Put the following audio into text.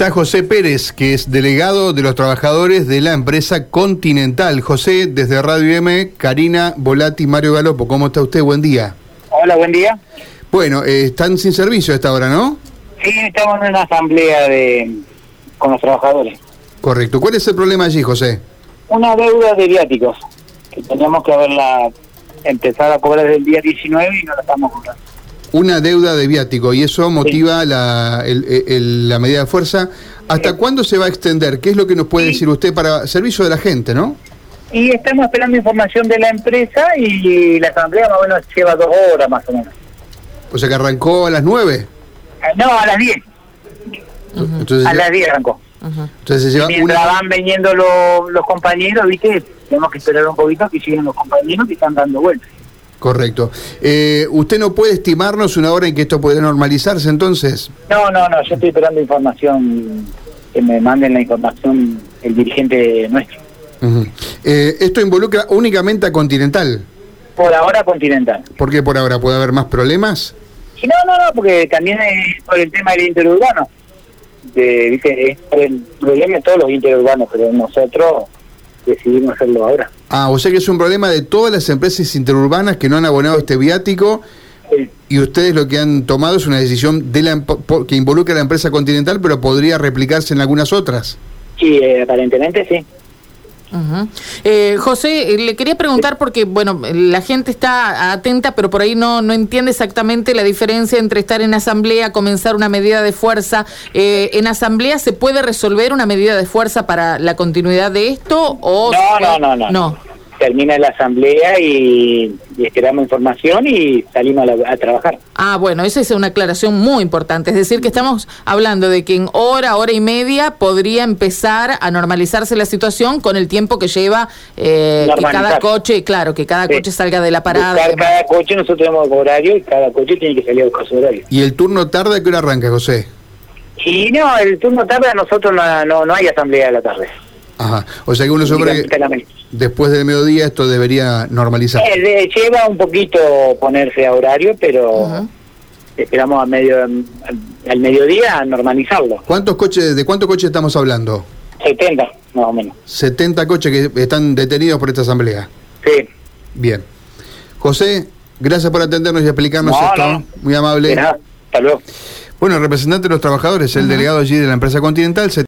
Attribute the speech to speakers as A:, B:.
A: Está José Pérez, que es delegado de los trabajadores de la empresa Continental. José, desde Radio M, Karina Volati, Mario Galopo, ¿cómo está usted? Buen día.
B: Hola, buen día.
A: Bueno, eh, están sin servicio a esta hora, ¿no?
B: Sí, estamos en una asamblea de, con los trabajadores.
A: Correcto. ¿Cuál es el problema allí, José?
B: Una deuda de viáticos, que teníamos que haberla empezado a cobrar desde el día 19 y no la estamos cobrando.
A: Una deuda de viático, y eso motiva la, el- el- la medida de fuerza. ¿Hasta cuándo se va a extender? ¿Qué es lo que nos puede
B: Sí.
A: decir usted para servicio de la gente, no?
B: Y estamos esperando información de la empresa y la asamblea más o menos lleva dos horas más o menos.
A: O sea que arrancó a las 9.
B: Eh, No, a las 10,
A: Entonces,
B: a las 10 arrancó.
A: entonces se lleva
B: Mientras
A: Ah, una...
B: van viniendo los, los compañeros, viste, tenemos que esperar un poquito que lleguen los compañeros que están dando vueltas.
A: Correcto. Eh, ¿Usted no puede estimarnos una hora en que esto puede normalizarse entonces?
B: No, no, no, yo estoy esperando información, que me manden la información el dirigente nuestro.
A: Ujú. Eh, esto involucra únicamente a Continental.
B: Por ahora Continental.
A: ¿Por qué por ahora puede haber más problemas?
B: Y no, no, no, porque también es por el tema del interurbano. De, ¿viste? Es por el problema de todos los interurbanos, pero nosotros decidimos hacerlo ahora.
A: Ah, o sea que es un problema de todas las empresas interurbanas que no han abonado este viático
B: Sí.
A: y ustedes lo que han tomado es una decisión de la, em- po- que involucra a la empresa Continental, pero podría replicarse en algunas otras.
B: Sí, eh, aparentemente sí.
C: Ujú. Eh, José, eh, le quería preguntar porque, bueno, la gente está atenta, pero por ahí no, no entiende exactamente la diferencia entre estar en asamblea, comenzar una medida de fuerza. Eh, ¿En asamblea se puede resolver una medida de fuerza para la continuidad de esto? O
B: No, no, no, no. Termina la asamblea y, y esperamos información y salimos a, la- a trabajar.
C: Ah, bueno, esa es una aclaración muy importante. Es decir, que estamos hablando de que en hora, hora y media podría empezar a normalizarse la situación con el tiempo que lleva eh, que cada
B: Normalizar.
C: coche, claro, que cada
B: Sí.
C: coche salga de la parada. y
B: Buscar
C: demás.
B: cada coche, nosotros tenemos horario y cada coche tiene que salir a buscar su horario.
A: ¿Y el turno tarde a qué hora arranca, José?
B: Y no, el turno tarde a nosotros no, no, no hay asamblea a la tarde.
A: Ajá. O sea que uno supone
B: Únicamente a la
A: que
B: mañana.
A: después del mediodía esto debería normalizar.
B: Eh, de- lleva un poquito ponerse a horario, pero
C: Ujú.
B: esperamos a medio, al, al mediodía a normalizarlo.
A: ¿Cuántos coches, ¿De cuántos coches estamos hablando?
B: 70, más o menos.
A: 70 coches que están detenidos por esta asamblea.
B: Sí.
A: Bien. José, gracias por atendernos y explicarnos
B: No,
A: esto.
B: no.
A: Muy
B: De
A: amable.
B: nada. Hasta luego.
A: Bueno, representante de los trabajadores, el delegado allí de la empresa Continental, se